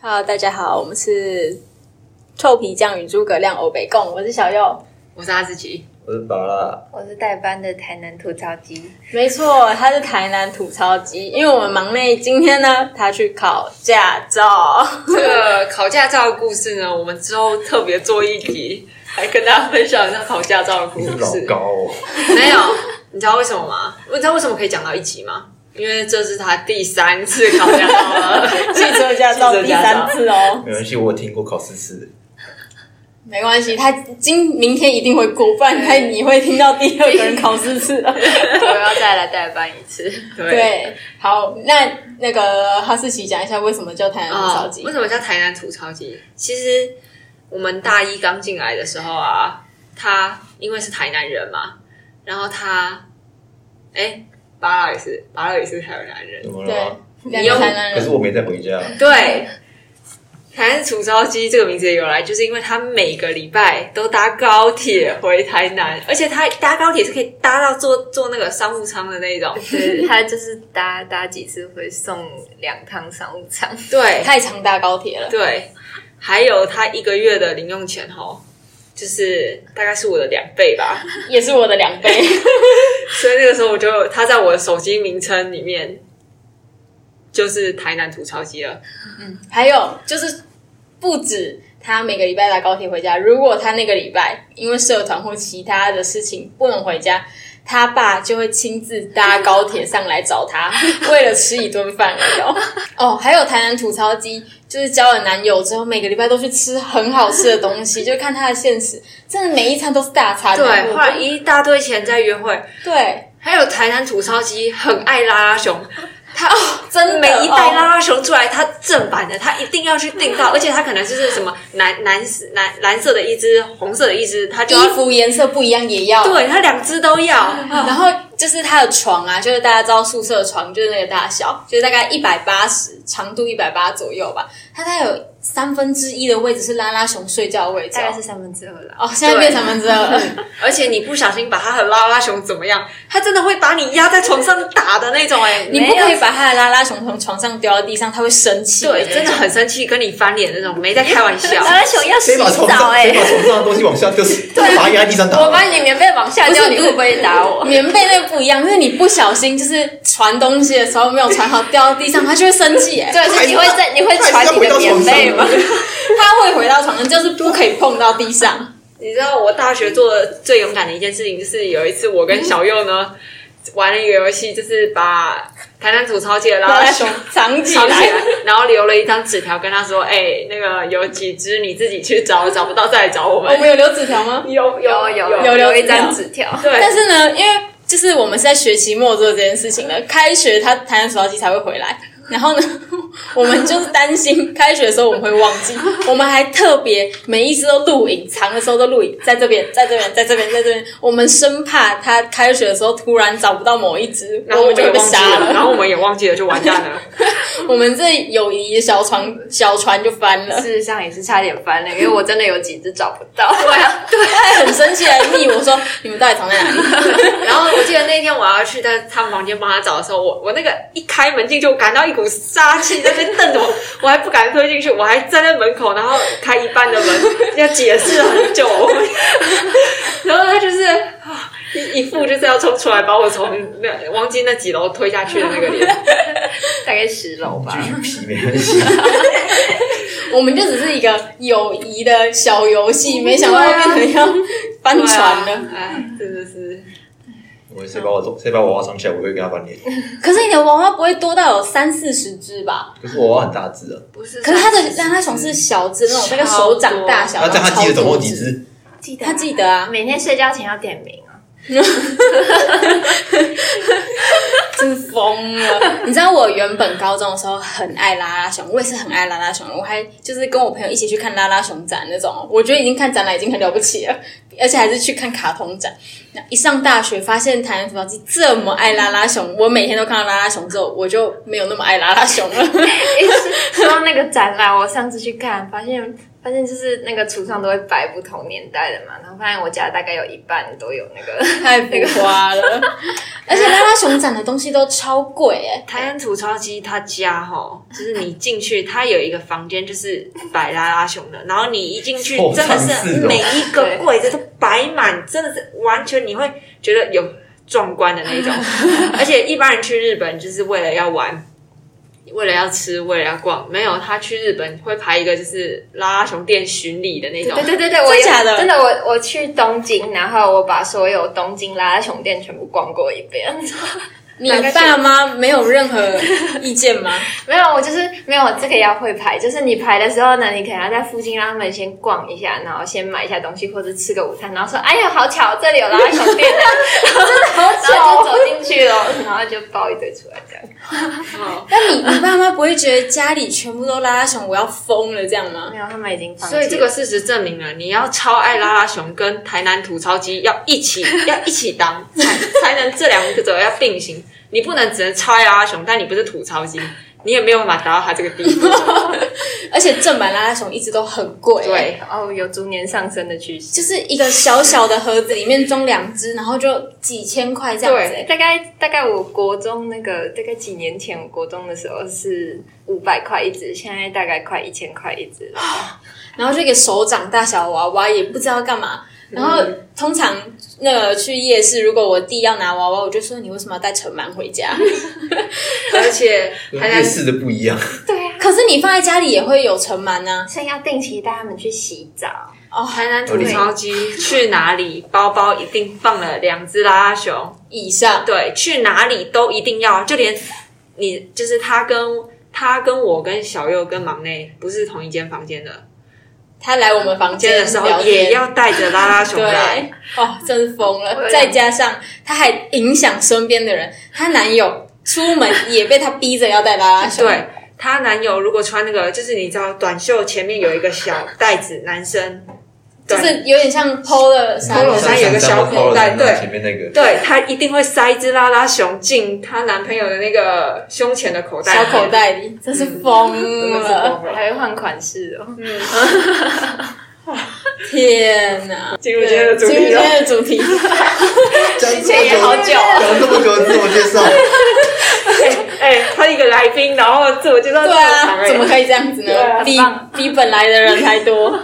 Hello，大家好，我们是臭皮匠与诸葛亮欧北共，我是小右。我是阿志奇，我是宝拉，我是代班的台南吐槽机，没错，他是台南吐槽机，因为我们忙内今天呢，他去考驾照。这个考驾照的故事呢，我们之后特别做一集，来跟大家分享一下考驾照的故你是老事。高哦，没有，你知道为什么吗？你知道为什么可以讲到一集吗？因为这是他第三次考驾照了，汽车驾照第三次哦，没关系，我有听过考试次，没关系，他今明天一定会过，不然他你会听到第二个人考四 次了。 我要再来代班一次。对。对，好，那那个哈士奇讲一下为什么叫台南吐槽啊、机？为什么叫台南吐槽机？其实我们大一刚进来的时候啊，他因为是台南人嘛，然后他，哎，巴拉也是，巴拉也是台南人怎，么对了吗？，两个台南可是人，我没再回家，对，台南楚烧鸡这个名字的由来，就是因为他每个礼拜都搭高铁回台南，而且他搭高铁是可以搭到坐坐那个商务舱的那一种。对，他就是搭搭几次会送两趟商务舱，对太常搭高铁了。对，还有他一个月的零用钱哦，就是大概是我的两倍吧。也是我的两倍。所以那个时候我就他在我的手机名称里面就是台南吐槽机了。还有就是，不止他每个礼拜搭高铁回家，如果他那个礼拜因为社团或其他的事情不能回家，他爸就会亲自搭高铁上来找 他，为了吃一顿饭而已哦。哦，还有台南吐槽机，就是交了男友之后，每个礼拜都去吃很好吃的东西，就看他的现实，真的每一餐都是大餐。对，花了一大堆钱在约会，对，还有台南吐槽机很爱拉拉熊。他哦，真的每一代哦拉拉熊出来，他正版的，他一定要去订到，而且他可能就是什么蓝蓝蓝蓝色的一只，红色的一只，他就衣要服颜色不一样也要。 对他两只都要。啊嗯然后就是它的床啊，就是大家知道宿舍的床就是那个大小，就是大概一百八十，长度一百八左右吧。它大概有三分之一的位置是拉拉熊睡觉的位置大哦、概是三分之二啦。哦，现在变三分之二了。而且你不小心把他和拉拉熊怎么样，他真的会把你压在床上打的那种哎、 你不可以把它的拉拉熊从床上丢到地上，它会生气。 对，真的。很生气，跟你翻脸那种，没在开玩 笑。拉熊要洗谁把床澡上哎、欸谁把床上的东西往下丢，把它压地上打，我把你棉被往下掉，不是你会不会打我？棉被那个不一样，因为你不小心就是传东西的时候没有传好，掉到地上，它就会生气。哎，对，是你会在你会还是传要你回的到床棉上被吗？它会回到床上，就是不可以碰到地上。你知道我大学做的最勇敢的一件事情，就是有一次我跟小佑呢、玩了一个游戏，就是把台南吐槽界拉拉拉 拉熊熊藏起藏起来来，，然后留了一张纸条跟他说：“哎、那个有几只你自己去找，找不到再来找我 们。我们有留纸条吗？有有有有留留纸一条张纸条，对，但是呢，因为就是我们是在学期末做这件事情的，开学他台南手机才会回来。 然后呢，我们就是担心开学的时候我们会忘记， 我们还特别每一次都录影，藏的时候都录影，在这边，在这边，在这边，在这边，我们生怕他开学的时候突然找不到某一只，然后我们们就也会被忘记杀 了，然后我们也忘记了，就完蛋了。 我们这友谊的小船小船就翻了事。实上也是差点翻了，因为我真的有几只找不到。他还很生气来密我说：“你们到底藏在哪里然后我记得那天我要去在他们房间帮他找的时候，我我那个一开门进去，我感到一股杀气在那边瞪着我，我还不敢推进去，我还站在门口，然后开一半的门，要解释很久。 然后他就是啊一一副就是要冲出来把我从那王晶那几楼推下去的那个脸。大概十楼吧。继续皮 没关系，？”我们就只是一个友谊的小游戏，没想到变成要 翻船了。对啊，哎，真的是。我谁把我谁把娃娃藏起来，我会跟他翻脸，可是你的娃娃不会多到有三四十只吧？可是娃娃很大只啊，不是，可是它的拉拉熊是小只，那种大概手掌大小。那这样他记得总共有几然后超多只？记只？得他记得啊，每天睡觉前要点名啊。真疯 了！你知道我原本高中的时候很爱拉拉熊，我也是很爱拉拉熊，我还就是跟我朋友一起去看拉拉熊展那种。我觉得已经看展览已经很了不起了，而且还是去看卡通展。那一上大学发现台湾土宝鸡这么爱拉拉熊，我每天都看到拉拉熊之后，我就没有那么爱拉拉熊了。 诶 说到那个展览，我上次去看，发现发现就是那个橱窗都会摆不同年代的嘛，然后发现我家大概有一半都有那个。太浮夸了，而且拉拉熊展的东西都超贵哎、台湾吐钞机他家哈，就是你进去，他有一个房间就是摆拉拉熊的，然后你一进去哦真的藏是式哦每一个柜子都摆满，真的是完全你会觉得有壮观的那 种。而且一般人去日本就是为了要玩。为了要吃，为了要逛，没有他去日本会排一个就是拉拉熊店巡礼的那种 对，对对对，我真有假的真的我我去东京，然后我把所有东京拉拉熊店全部逛过一遍。 你爸妈没有任何意见吗？没有，我就是没有这个要会排，就是你排的时候呢，你可能要在附近让他们先逛一下，然后先买一下东西或者吃个午餐，然后说：“哎呀，好巧，这里有拉拉熊店。”好哦然后就走进去了，然后就抱一堆出来这样。哦那你你爸妈不会觉得家里全部都拉拉熊，我要疯了这样吗？没有，他们已经放弃所了以这个事实证明了，你要超爱拉拉熊跟台南吐钞机要一起 要一起当，才才能这两个者要并行。你不能只能超爱拉拉熊，但你不是吐钞机，你也没有办法达到他这个地 步。而且正版拉拉熊一直都很贵、对，哦，有逐年上升的趋势。就是一个小小的盒子里面装两只，然后就几千块这样子、大概大概我国中那个大概几年前，我国中的时候是五百块一只，现在大概快一千块一只了。然后就一个手掌大小的娃娃，也不知道干嘛。嗯然后通常那个去夜市，如果我弟要拿娃娃，我就说你为什么要带陈满回家？而且台南夜市的不一样，对啊，可是你放在家里也会有啊尘螨呐。所以要定期带他们去洗澡。台南吐钞机去哪里，包包一定放了两只拉拉熊。以上对，去哪里都一定要，就连你就是他跟他跟我跟小右跟忙内不是同一间房间的，他来我们房间间的时候聊天也要带着拉拉 熊来。对哦，真是疯我了！有再加上他还影响身边的人，她男友出门也被她逼着要带拉拉熊。对，她男友如果穿那个，就是你知道短袖前面有一个小袋子，男生就对是有点像 polo 衫。 Polo 像衫有个小口袋像像像对前面那个，对她一定会塞一只拉拉熊进她男朋友的那个胸前的口袋，小口，袋里，真是疯真的是了！疯了。还会换款式哦。天哪！进入今天的主对进题入今了，天的主题，讲这这也好么久，久哦，讲这么久的自我介绍， 哎，他一个来宾，然后自我介绍这对么长啊，哎怎么可以这样子呢？对啊比很棒比本来的人还 多。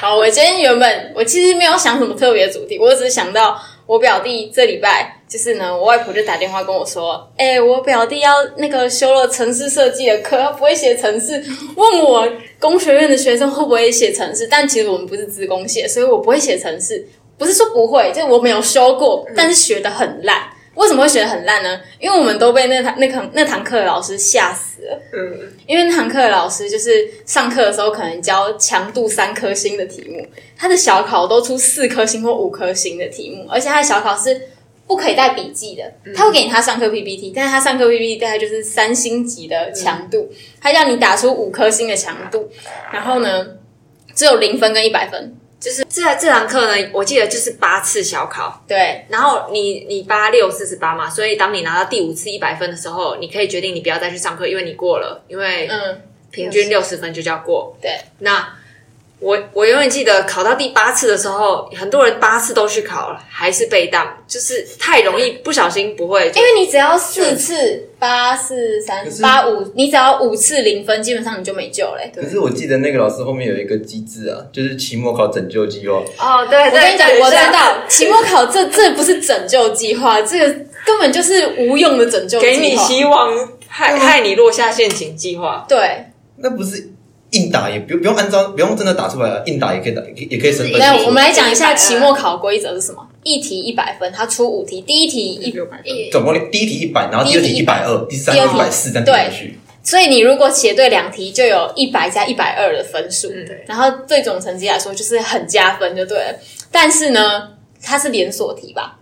好，我今天原本我其实没有想什么特别的主题，我只是想到我表弟这礼拜就是呢，我外婆就打电话跟我说，哎、我表弟要那个修了城市设计的课，他不会写城市，问我工学院的学生会不会写城市，但其实我们不是职工写，所以我不会写城市，不是说不会，就是我没有修过，但是学的很烂。为什么会学的很烂呢？因为我们都被那堂那堂那堂课的老师吓死了。嗯，因为那堂课的老师就是上课的时候可能教强度三颗星的题目，他的小考都出四颗星或五颗星的题目，而且他的小考是不可以带笔记的，他会给你他上课 PPT，但是他上课 PPT 大概就是三星级的强度，他要你打出五颗星的强度，然后呢只有零分跟一百分，就是这这堂课呢，我记得就是八次小考，对然后你你八六四十八嘛，所以当你拿到第五次一百分的时候，你可以决定你不要再去上课，因为你过了，因为嗯平均六十分就叫过。对，那我我永远记得考到第八次的时候，很多人八次都去考了，还是被当，就是太容易不小心不会。因为你只要四次八四三可是八五，你只要五次零分，基本上你就没救了、欸可是我记得那个老师后面有一个机制啊，就是期末考拯救计划，哦，对我跟你对讲，对，我知对道期末考这这不是拯救计划，这个根本就是无用的拯救计划。嗯给你希望，害害你落下陷阱计划。对，那不是硬打也不用不用按照不用真的打出来啊，硬打也可以打，也可以也可以升分。那对我们来讲一下100期末考规则是什么？一题一百分，他出五题，第一题一六百分一总共第一题一百，然后第二题第一一题百二，第三第题二题一百四，这样对下去。所以你如果写对两题，就有一百加一百二的分数，嗯对然后对总成绩来说就是很加分就对了。但是呢，它是连锁题吧？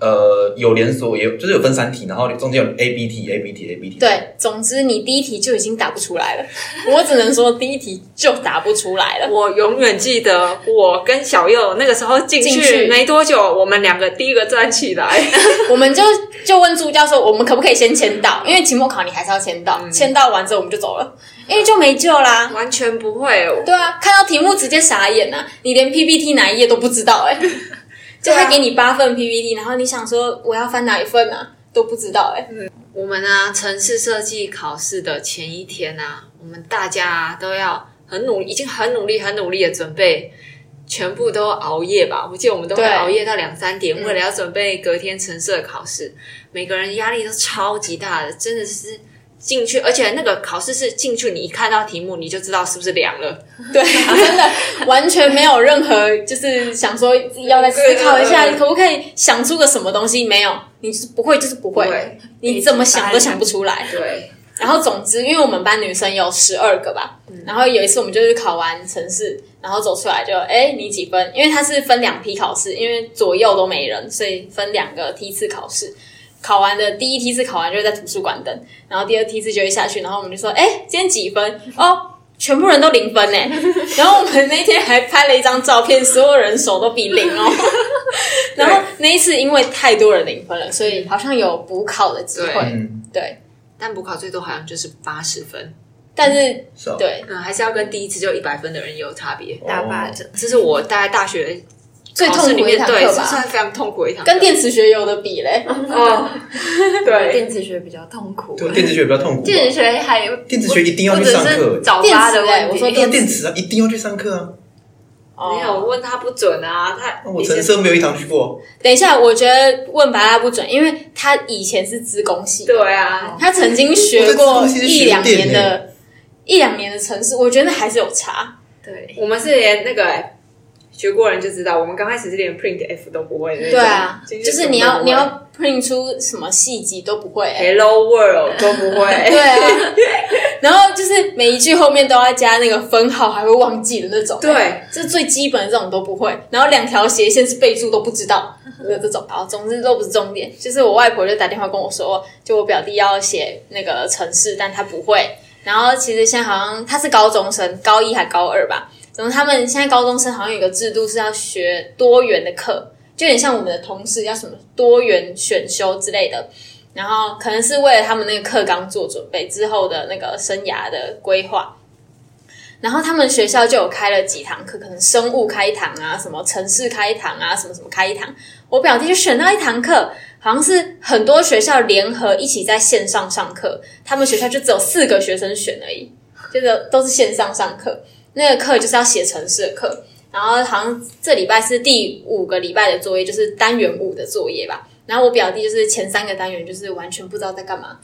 呃，有连锁，也有就是有分三题，然后中间有 A B T A B T A B T。，对，总之你第一题就已经答不出来了，我只能说第一题就答不出来了。我永远记得，我跟小右那个时候进进去去没多久，我们两个第一个站起来。 我们就就问助教说，我们可不可以先签到？因为期末考你还是要签到，签到完之后我们就走了，因为就没救啦。完全不会，对啊，看到题目直接傻眼呐、你连 PPT 哪一页都不知道哎、就他给你八份 PPT，然后你想说我要翻哪一份啊？都不知道哎、我们啊，城市设计考试的前一天啊，我们大家、啊、都要很努，已经很努力、很努力的准备，全部都熬夜吧。我记得我们都会对熬夜到两三点，嗯为了要准备隔天城市的考试，每个人压力都超级大的，真的是进去，而且那个考试是进去，你一看到题目你就知道是不是凉了。对，啊真的完全没有任何就是想说自己要来思考一下，对对对可不可以想出个什么东西？没有，你就是不会就是不会，对你怎么想都想不出来。对，然后总之，因为我们班女生有十二个吧，然后有一次我们就是考完城市，然后走出来就哎你几分？因为它是分两批考试，因为左右都没人，所以分两个梯次考试。考完的第一梯次考完就会在图书馆等，然后第二梯次就会下去，然后我们就说哎今天几分？哦。全部人都零分呢，然后我们那天还拍了一张照片，所有人手都比零哦。然后那一次因为太多人零分了，所以好像有补考的机对会。嗯，对，但补考最多好像就是八十分，但是是啊，对，嗯，还是要跟第一次就一百分的人有差别。哦打八折。这是我大概大学最考痛试里苦的一面堂对，课是吧，算非常痛苦的一堂课。跟电磁学有的比嘞，哦，对，电子学比较痛苦，对，电子学比较痛苦吧。啊电子学还有电子学一定要不去只上课是，早电八子的欸问我题，说要电池啊，一定要去上课啊。哦没有我问他不准啊，他那我哦陈生没有一堂去过，等一下，我觉得问白拉不准，因为他以前是资工系，对啊，他曾经学过我在资工系是一两学电年的，一两年的城市，我觉得还是有差。对，我们是连那个欸学过人就知道，我们刚开始是连 print F 都不会的那种，对啊，就什是么你都要不会你要 print 出什么细节都不会、欸， Hello World 都 不对会，啊，然后就是每一句后面都要加那个分号，还会忘记的那种，对，这最基本的这种都不会，然后两条斜线是备注都不知道的这种，然后总之都不是重点。就是我外婆就打电话跟我说，就我表弟要写那个城市，但他不会。然后其实现在好像他是高中生，高一还高二吧。然后他们现在高中生好像有一个制度是要学多元的课，就有点像我们的同事叫什么多元选修之类的。然后可能是为了他们那个课纲做准备之后的那个生涯的规划。然后他们学校就有开了几堂课，可能生物开一堂啊，什么城市开一堂啊，什么什么开一堂。我表弟就选到一堂课，好像是很多学校联合一起在线上上课，他们学校就只有四个学生选而已，就是都是线上上课。那个课就是要写城市的课，然后好像这礼拜是第五个礼拜的作业，就是单元五的作业吧。然后我表弟就是前三个单元就是完全不知道在干嘛，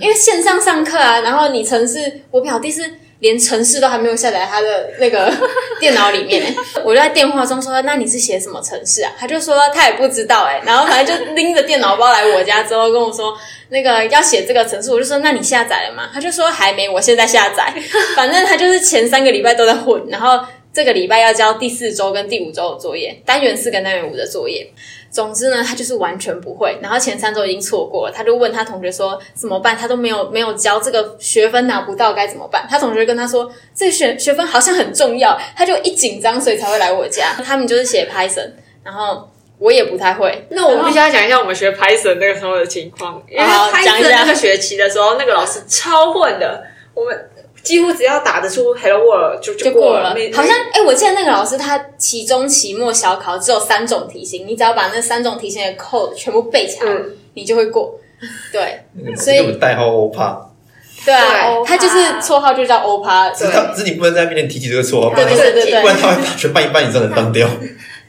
因为线上上课啊，然后你城市，我表弟是连城市都还没有下载他的那个电脑里面、欸，我就在电话中说，那你是写什么城市啊？他就说他也不知道哎、欸然后反正就拎着电脑包来我家之后跟我说。那个要写这个城市，我就说那你下载了吗？他就说还没，我现在下载。 反正他就是前三个礼拜都在混，然后这个礼拜要交第四周跟第五周的作业，单元四跟单元五的作业。总之呢，他就是完全不会。然后前三周已经错过了，他就问他同学说怎么办？他都没有没有交这个学分拿不到该怎么办？他同学就跟他说这个学学分好像很重要，他就一紧张所以才会来我家。他们就是写 Python，然后我也不太会。那我必须要讲一下我们学 Python 那个时候的情况，因为好讲一 Python 下那个学期的时候，那个老师超混的，我们几乎只要打得出 Hello World 就就就过了了，。没好像哎、我记得那个老师他期中、期末小考只有三种题型，你只要把那三种题型的 code 全部背起来，嗯你就会过。对那个老所师以给我们代号欧帕，对啊，对他就是绰号就叫欧趴，只是他只是你不能在他面前提起这个绰号，不对然对对他不然对，他会把全班一半以上的当掉。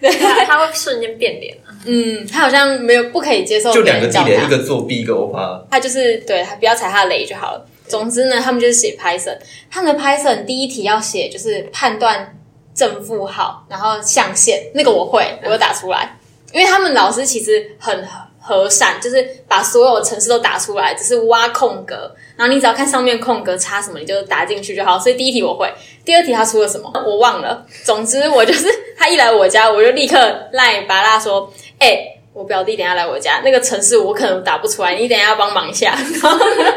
他他会瞬间变脸，嗯，他好像没有不可以接受就别两个人地叫雷，一他，个作弊，一个欧帕。他就是对他不要踩他的雷就好了。总之呢，他们就是写 Python，他们的 Python 第一题要写就是判断正负号，然后象限，那个我会，我有打出来，因为他们老师其实很和善，就是把所有城市都打出来，只是挖空格，然后你只要看上面空格插什么，你就打进去就好。所以第一题我会，第二题他出了什么我忘了。总之我就是他一来我家，我就立刻赖拔拉说，哎、我表弟等一下来我家，那个城市我可能打不出来，你等一下要帮忙一下。然后呢，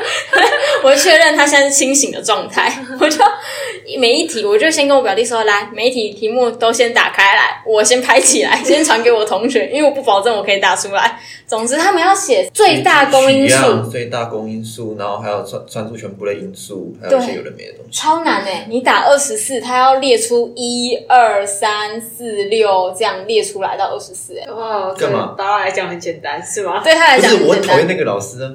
我确认他现在是清醒的状态，我就每一题，我就先跟我表弟说，来，每一题题目都先打开来，我先拍起来，先传给我同学，因为我不保证我可以打出来。总之，他们要写最大公因取样数，最大公因数，然后还有算算出全部的因素，还有一些对有的没的东西。超难哎、你打二十四，他要列出一二三四六这样列出来到二十四哎，哦，干嘛对巴拉来讲很简单，是吗？对他来不讲是很我简讨单厌。那个老师啊。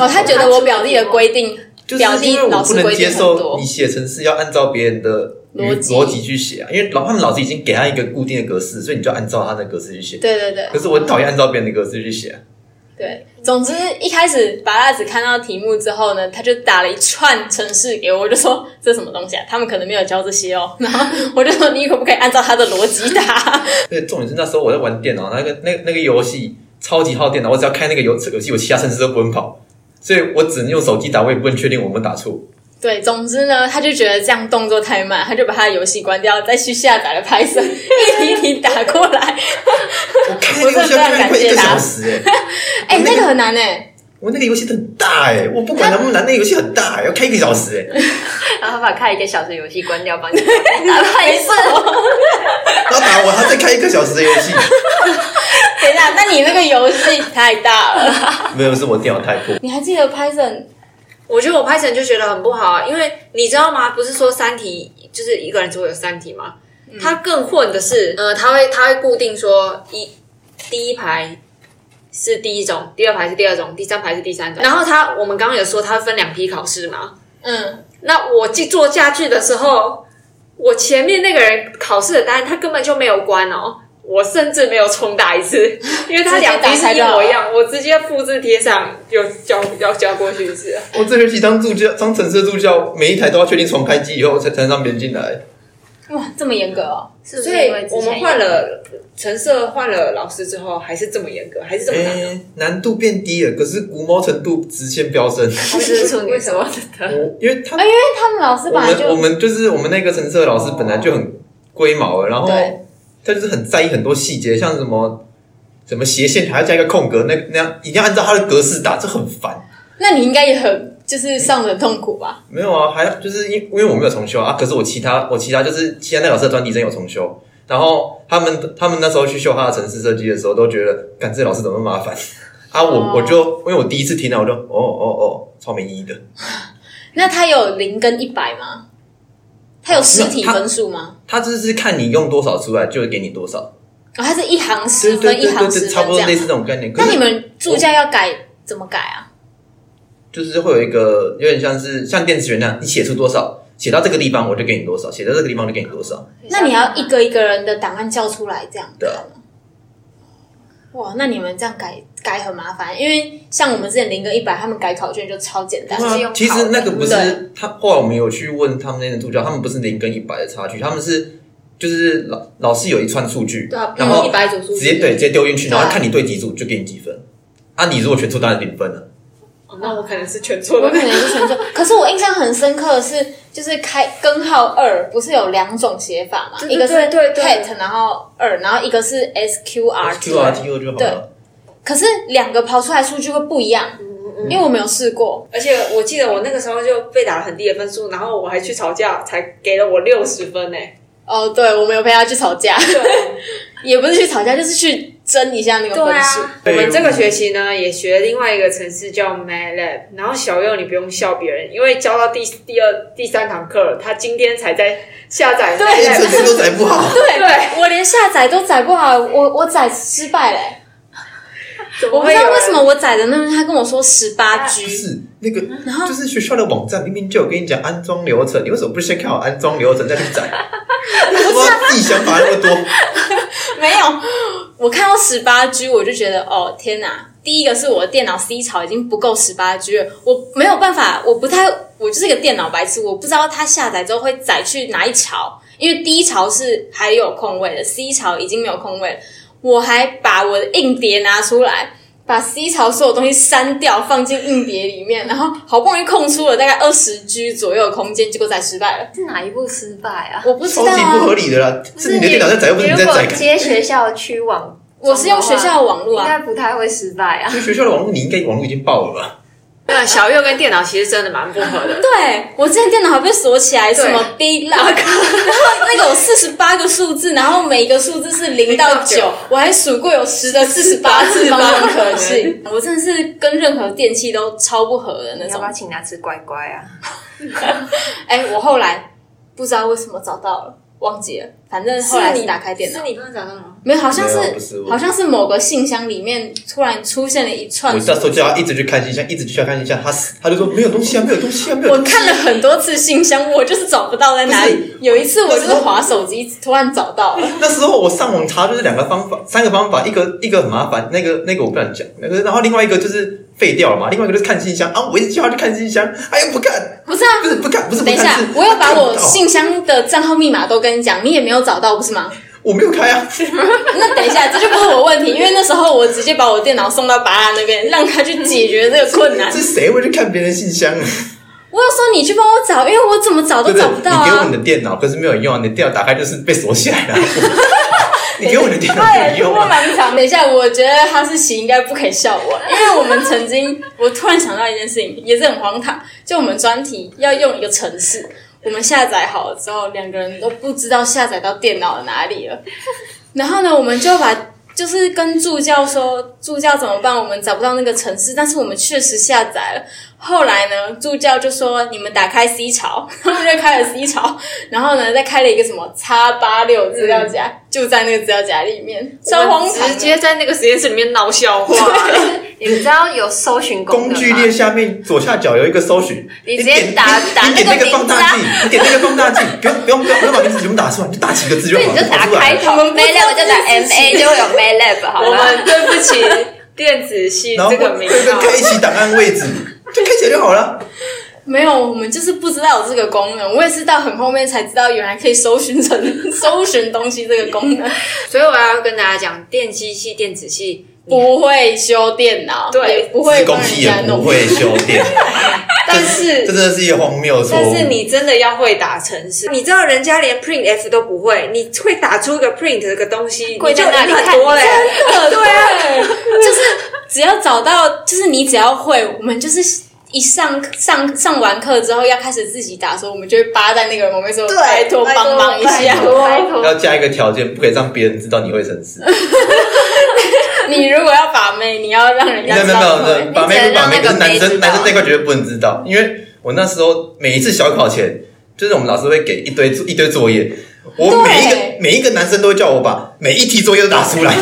哦，他觉得我表弟的规定 就是表弟因为我老师不能规定接很受多你写程式要按照别人的语逻辑逻辑去写啊，因为老他们老师已经给他一个固定的格式，所以你就按照他的格式去写。对对对可是我很讨厌按照别人的格式去写啊，对，总之一开始白辣子看到题目之后呢，他就打了一串程式给我，我就说这什么东西啊？他们可能没有教这些哦。然后我就说你可不可以按照他的逻辑打？对，重点是那时候我在玩电脑，那个那那个游戏超级耗电脑，我只要开那个游游戏，我其他城市都不能跑，所以我只能用手机打，我也不能确定我们打错。对，总之呢，他就觉得这样动作太慢，他就把他的游戏关掉，再去下载了 Python，一题一题打过来。我开那个游戏要开快一个小时 哎、哎、那个很难哎、 我那个游戏很大哎、我不管难不难，那个游戏很大、要开一个小时哎、然后把开一个小时的游戏关掉，帮你打牌是。然后打完还再开一个小时的游戏，等一下，那你那个游戏太大了。没有，是我电脑太破。 你还记得 Python？我觉得我 Python 就觉得很不好啊，因为你知道吗？不是说三题就是一个人只会有三题吗？它更混的是，呃，它会它会固定说一第一排是第一种，第二排是第二种，第三排是第三种。然后它我们刚刚有说它分两批考试嘛，嗯，那我记做家具的时候，我前面那个人考试的答案他根本就没有关哦，我甚至没有重打一 次，因为他两题是一模一样，我直接复制贴上就交要交过去一次了。我这学期当助教，当城市的助教，每一台都要确定重开机以后才才能让别人进来。哇，这么严格哦。 是不所是以因为之前我们换了陈设，换了老师之后，还是这么严格，还是这么哎、难。难度变低了，可是古猫程度直线飙升。不是处女座的？我因为他哎，因为他们老师我本来们我就们就是我们那个橙色的老师本来就很龟毛了，然后对他就是很在意很多细节，像什么什么斜线还要加一个空格，那那样一定要按照他的格式打，这很烦。那你应该也很就是上的痛苦吧？没有啊，还就是因因为我没有重修啊，可是我其他我其他就是其他那老师的专题真有重修，然后他们他们那时候去修他的城市设计的时候，都觉得，干这老师怎么那么 麻烦啊？我、哦我就因为我第一次听到，我就哦哦哦，超没意义的。那它有零跟一百吗？它有实体分数吗？他就是看你用多少出来，就会给你多少，哦，它是一行对十对分，一对行对十对，差分不这多类样。似这种概念。可那是你们助教要改怎么改啊？就是会有一个有点像是像电子元那样，你写出多少，写到这个地方我就给你多少，写到这个地方就给你多少。那你要一个一个人的档案叫出来这样对改吗？哇，那你们这样改改很麻烦，因为像我们之前零跟一百，他们改考卷就超简单，对啊是用其实那个不考是他，后来我们有去问他们那些助教，他们不是零跟一百的差距，他们是就是老老师有一串数据，对啊，然后一百组数直接对直接丢进去，然后对看你对几组就给你几分。啊，你如果全错当然零分了。哦那我可能是全错我的可。能是全错。可是我印象很深刻的是，就是开根号二不是有两种写法嘛？对对一个是对对对 cat，然后二，然后一个是 Q R T O 就好了。可是两个跑出来数据会不一样，因为我没有试过。而且我记得我那个时候就被打了很低的分数，然后我还去吵架，才给了我六十分欸呢、哦，对，我没有陪他去吵架， 也不是去吵架，就是去争一下那个啊分数。，我们这个嗯学期呢也学另外一个城市叫 MATLAB，然后小右你不用笑别人，因为教到第第二第三堂课了，他今天才在下载对哎，这 MATLAB，个都才不好。对对 我连下载都载不好，我我载失败嘞、怎么我不会知有道人为什么我载的那他跟我说十八 G，不是那个，就是学校的网站明明就有跟你讲安装流程，你为什么不先看好安装流程再去 载？我自己想法那么多，没有，我看到十八 G 我就觉得哦天哪！第一个是我的电脑 C 槽已经不够十八 G，了我没有办法，我不太，我就是个电脑白痴，我不知道它下载之后会载去哪一槽，因为第一槽是还有空位的，C 槽已经没有空位了，我还把我的硬碟拿出来。把 C 槽所有东西删掉，放进硬碟里面，然后好不容易空出了大概二十 G 左右的空间，结果载失败了。是哪一步失败啊？我不知超道、啊，级不合理的啦！是你的电脑在载，又不是你在如果载。接学校区网，我是用学校的网络应啊，该不太会失败啊。就学校的网络，你应该网络已经爆了吧？那啊小右跟电脑其实真的蛮不合的。对我之前电脑还被锁起来，对什么 Big Lock，然后那个 有四十八个数字，然后每一个数字是零到0到九9，我还数过有十的四十八次方方不可可信信。 我真的是跟任何电器都超不合的那你要种不要。请他吃乖乖啊？哎、我后来不知道为什么找到了，忘记了，反正后来啊是你打开电脑是。你刚刚讲到吗？没有，好像没有不是是我好像是某个信箱里面突然出现了一串我。那时候叫他一直去看信箱，一直去看信箱，他死他就说没有东西啊，没有东西啊，没有我东西。看了很多次信箱，我就是找不到在哪不里是。有一次我就那是时候划手机，突然找到了。啊那时候我上网查就是两个方法，三个方法，一个一个很麻烦，那个那个我不敢讲，那个然后另外一个就是废掉了嘛，另外一个就是看信箱啊，我一直叫他去看信箱，他又不看，不是啊不，是不看，不是不 等一下看，是，我有把我看不到信箱的账号密码都跟你讲，你也没有找到，不是吗？ 我没有开啊，那等一下，这就不是我问题，因为那时候我直接把我电脑送到巴拉那边，让他去解决这个困难 这。谁会去看别人信箱啊？我有说你去帮我找，因为我怎么找都对不对找不到你给我啊你。 的电脑，可是没有用啊，你的电脑打开就是被锁起来了。啊你给我你的电脑没有用啊？漫长。等一下，我觉得哈士奇应该不可以笑我，因为我们曾经，我突然想到一件事情，也是很荒唐，就我们专题要用一个程式，我们下载好了之后，两个人都不知道下载到电脑的哪里了，然后呢，我们就把。就是跟助教说，助教怎么办？我们找不到那个城市，但是我们确实下载了。后来呢，助教就说你们打开 C 槽，然后就开了 C 槽，然后呢，再开了一个什么叉八六资料夹，就在那个资料夹里面，超我荒们唐的。直接在那个实验室里面闹笑 话，你们知道有搜寻功能工吗具列下面左下角有一个搜寻，你你直接点打你打你点那那个个放大名镜，你点那个放大镜，不用不用不用不用把名字全部打出来，你就打几个字就对，好你了，就打跑出来开了。头 MATLAB 就打 MA 就会有 MATLAB 好我吗？们对不起电子系然后这对个名对，号开。启档案位置就开起来就好了。没有，我们就是不知道有这个功能。我也是到很后面才知道，原来可以搜寻成搜寻东西这个功能。所以我要跟大家讲，电机系、电子系，不会修电脑，对也不会帮工人器也家不弄。会修电，但这是。真的是一个荒谬的错但误。是你真的要会打程式，你知道人家连 printf 都不会，你会打出一个 print 这个东西，跪你就在赢那里很 多嘞。对啊，就是只要找到，就是你只要会，我们就是一上上上完课之后要开始自己打的时候，我们就会扒在那个人旁边说：“拜托帮忙一下。拜要哦托，加一个条件，不可以让别人知道你会程式。你如果要把妹，你要让人没家有知没有道没你会。有，没有把妹不把妹，可是男你只生能让那个妹知道男生那一块绝对不能知道，因为我那时候每一次小考前，就是我们老师会给一堆一堆作业，我每一个对每一个男生都会叫我把每一题作业都打出 来，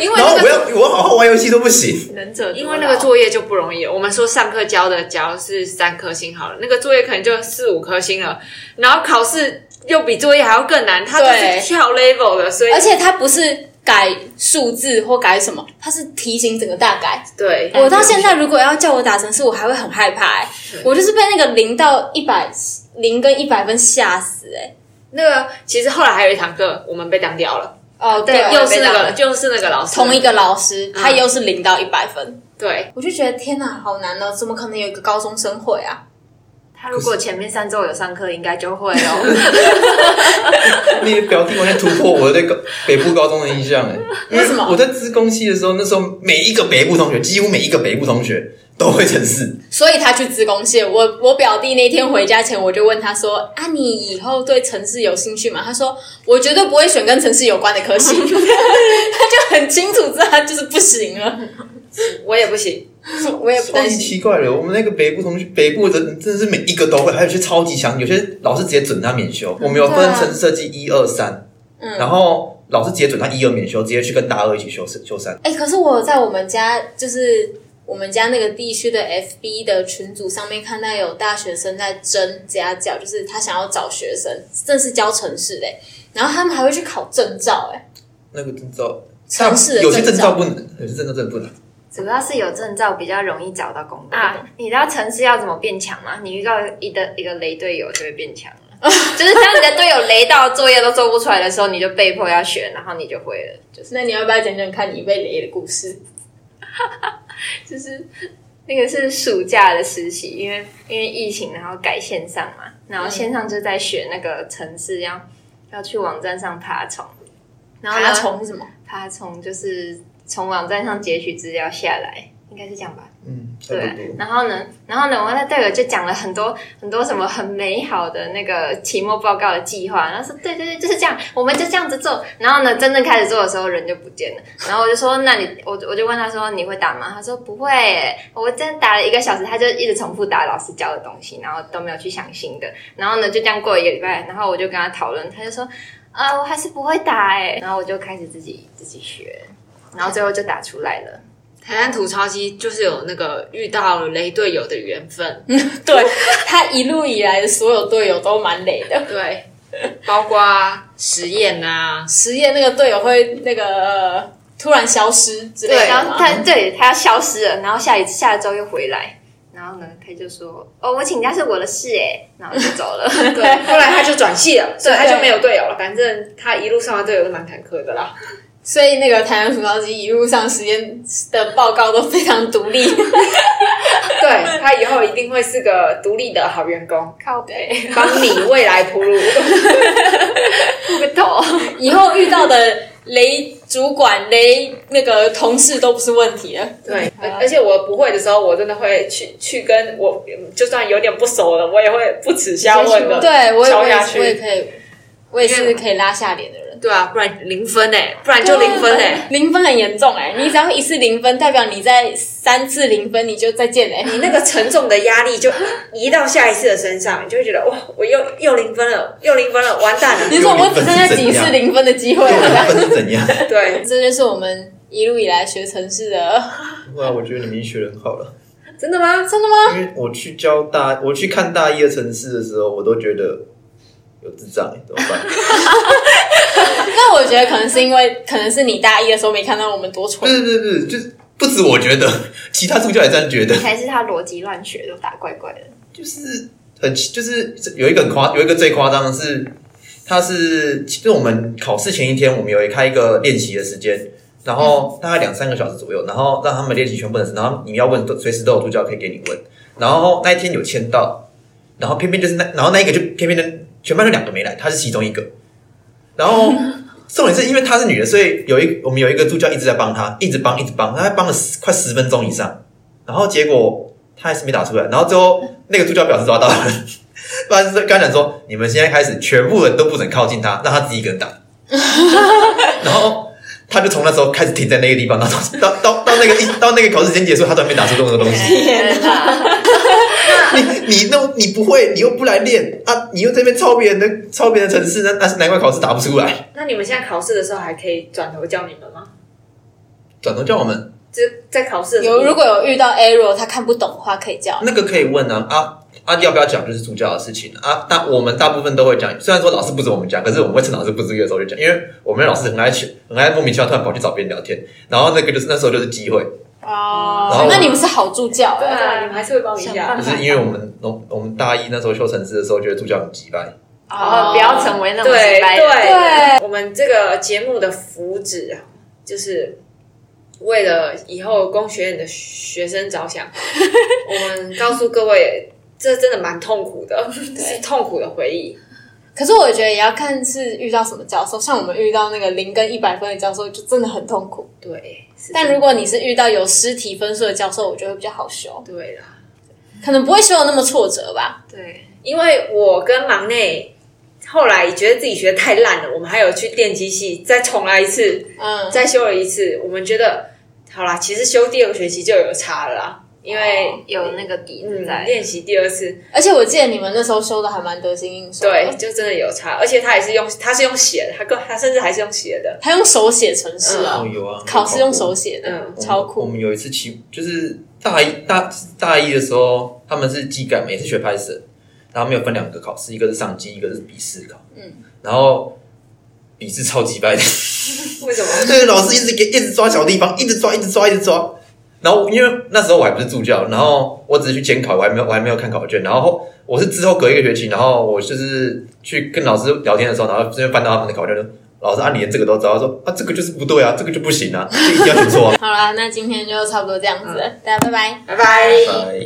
因为然后那我个要我要好好玩游戏都不行。能啊者多劳因为那个作业就不容易，我们说上课教的，假如是三颗星好了，那个作业可能就四五颗星了，然后考试又比作业还要更难，它都对是跳 level 的，所以而且它不是改数字或改什么，它是提醒整个大改。对，哎我到现在如果要叫我打成是，我还会很害怕、欸，我就是被那个零到一百零跟一百分吓死哎、那个其实后来还有一堂课，我们被当掉了，哦，对我又被是那个当了又是那个老师，同一个老师，他又是零到一百分，对，我就觉得天哪，好难哦！怎么可能有一个高中生会啊？他如果前面三周有上课，应该就会哦。那个标题完全突破我对高 北部高中的印象哎，为什么我在资工系的时候，那时候每一个北部同学，几乎每一个北部同学都会程式。所以他去职工系。我我表弟那天回家前，我就问他说：“啊，你以后对城市有兴趣吗？”他说：“我绝对不会选跟城市有关的科系。” 他就很清楚知道他就是不行了。我也不行。我也不太担心。奇怪了，我们那个北部同学，北部的人真的是每一个都会，还有些超级强，有些老师直接准他免修。我们有分对啊城市设计一二三，然后老师直接准他一二免修，直接去跟大二一起修修三。哎、可是我在我们家，就是我们家那个地区的 FB 的群组上面看到有大学生在争家教，就是他想要找学生，正是教城市嘞、然后他们还会去考证照、哎，那个证照，城市的有些证证照照不能，有些证照真的不能。主要是有证照比较容易找到工作啊你知道城市要怎么变强吗？你遇到一的一个雷队友就会变强 了，就是当你的队友雷到作业都做不出来的时候，你就被迫要学，然后你就会了，就是。那你要不要讲讲看你被雷的故事？就是那个是暑假的实习，因为因为疫情，然后改线上嘛，然后线上就在学那个城市要要去网站上爬虫，然后呢爬虫是 什么？爬虫就是从网站上截取资料下来，应该是这样吧？嗯，差不 对多。然后呢，然后呢，我那队友就讲了很多很多什么很美好的那个期末报告的计划，然后说对对对，就是这样，我们就这样子做。然后呢，真正开始做的时候人就不见了。然后我就说，那你我我就问他说你会打吗？他说不会耶，我真的打了一个小时，他就一直重复打老师教的东西，然后都没有去想新的。然后呢，就这样过了一个礼拜，然后我就跟他讨论，他就说。啊，我还是不会打哎、然后我就开始自己自己学，然后最后就打出来了。台湾吐槽机就是有那个遇到雷队友的缘分，对 他一路以来的所有队友都蛮累的。对，包括实验啊，实验那个队友会那个、呃突然消失之类的然吗后他对啊他要消失了，然后下一下周又回来，然后呢，他就说：“哦，我请假是我的事哎。”然后就走 了。对，后来他就转系了，所以他就没有队友了。反正他一路上的队友都蛮坎坷 的啦。所以那个台湾辅导机一路上实验的报告都非常独立。对他以后一定会是个独立的好员工，靠背，帮你未来 铺路。秃个头。以后遇到的雷主管、雷那个同事都不是问题了。对，而而且我不会的时候，我真的会去去跟我，嗯就算有点不熟了，我也会不耻下问的。对我也敲我也下我也去。可以，我也是可以拉下脸的人。对啊，不然零分哎、不然对啊零分很欸严重哎、你只要一次零分，代表你在三次零分你就再见 哎、你那个沉重的压力就移到下一次的身上，你就会觉得哇，我又又零分了，又零分了，完蛋了。你说我只剩下几次零分的机会了？分是怎样？对，这就是我们一路以来学城市的， 哇，啊我觉得你们已经学的很好了，真的吗？真的吗？因为我去教大，我去看大一的城市的时候，我都觉得有智障、欸，怎么办？那我觉得可能是因为，可能是你大一的时候没看到我们多不蠢。是不是不是，就是不止我觉得，其他助教也这样觉得，才是他逻辑乱学，都打怪怪的。就是很就是有一个很夸有一个最夸张的是，他是就是我们考试前一天，我们有开一个练习的时间。然后大概两三个小时左右，然后让他们练习全部的事，然后你要问都随时都有助教可以给你问。然后那一天有签到，然后偏偏就是那，然后那一个就偏偏的全班就两个没来，他是其中一个。然后重点是因为她是女的，所以有一我们有一个助教一直在帮她，一直帮一直帮，她帮了十快十分钟以上，然后结果她还是没打出来，然后最后那个助教表示抓到了， 不然就是跟他讲说你们现在开始全部人都不准靠近她，让她自己一个人打，然后。她就从那时候开始停在那个地方，然后到到到到那个一到那个考试时间结束，她都还没打出任何东西。天哪！你你弄你不会，你又不来练啊，你又这边抄别人的抄别人的程式，那那是难怪考试答不出来。那你们现在考试的时候还可以转头叫你们吗？转头叫我们就是在考试的时候有如果有遇到 error 他看不懂的话，可以叫。那个可以问啊啊啊，要不要讲就是助教的事情啊？大我们大部分都会讲，虽然说老师不准我们讲，可是我们会趁老师不注意的时候就讲，因为我们的老师很爱去，很爱莫名其妙突然跑去找别人聊天，然后那个就是那时候就是机会，然哦后那你们是好助教对哎、啊，你们还是会帮一想下办可。是因为我们我我们大一那时候修程式的时候，觉得助教很鸡掰，哦，不要成为那种对失败的。对，我们这个节目的福祉啊，就是为了以后工学院的学生着 想，我们告诉各位，这真的蛮痛苦 的，是痛苦的回忆。可是我觉得也要看是遇到什么教授，像我们遇到那个零跟一百分的教授，就真的很痛苦。对，是但如果你是遇到有尸体分数的教授，我觉得会比较好修，对啦，可能不会修的那么挫折吧。对，因为我跟忙内。后来觉得自己学得太烂了，我们还有去电机系再重来一次，嗯，再修了一次。我们觉得好啦，其实修第二个学期就有差了啦，因为、有那个底子嗯哦在。练习第二次，而且我记得你们那时候修的还蛮得心应手的，对，就真的有差，而且他也是用，他是用写的，他更他甚至还是用写的，他用手写程式啊，有啊考试用手写的，嗯超我酷。们有一次期就是大一大大一的时候，他们是技改嘛，也是学 Python，然后没有分两个考试，一个是上机，一个是笔试考。嗯，然后笔试超级掰的，为什么？ 对，老师一直给一直抓小地方，一直抓，一直抓，一直抓。然后因为那时候我还不是助教，然后我只是去监考，我还没有我还没有看考卷。然后我是之后隔一个学期，然后我就是去跟老师聊天的时候，然后顺便翻到他们的考卷，就老师啊，你连这个都知道，他说啊这个就是不对啊，这个 就不行啊，这个一定要怎么做啊。哎好啦，那今天就差不多这样子了，大家拜拜。拜拜。拜。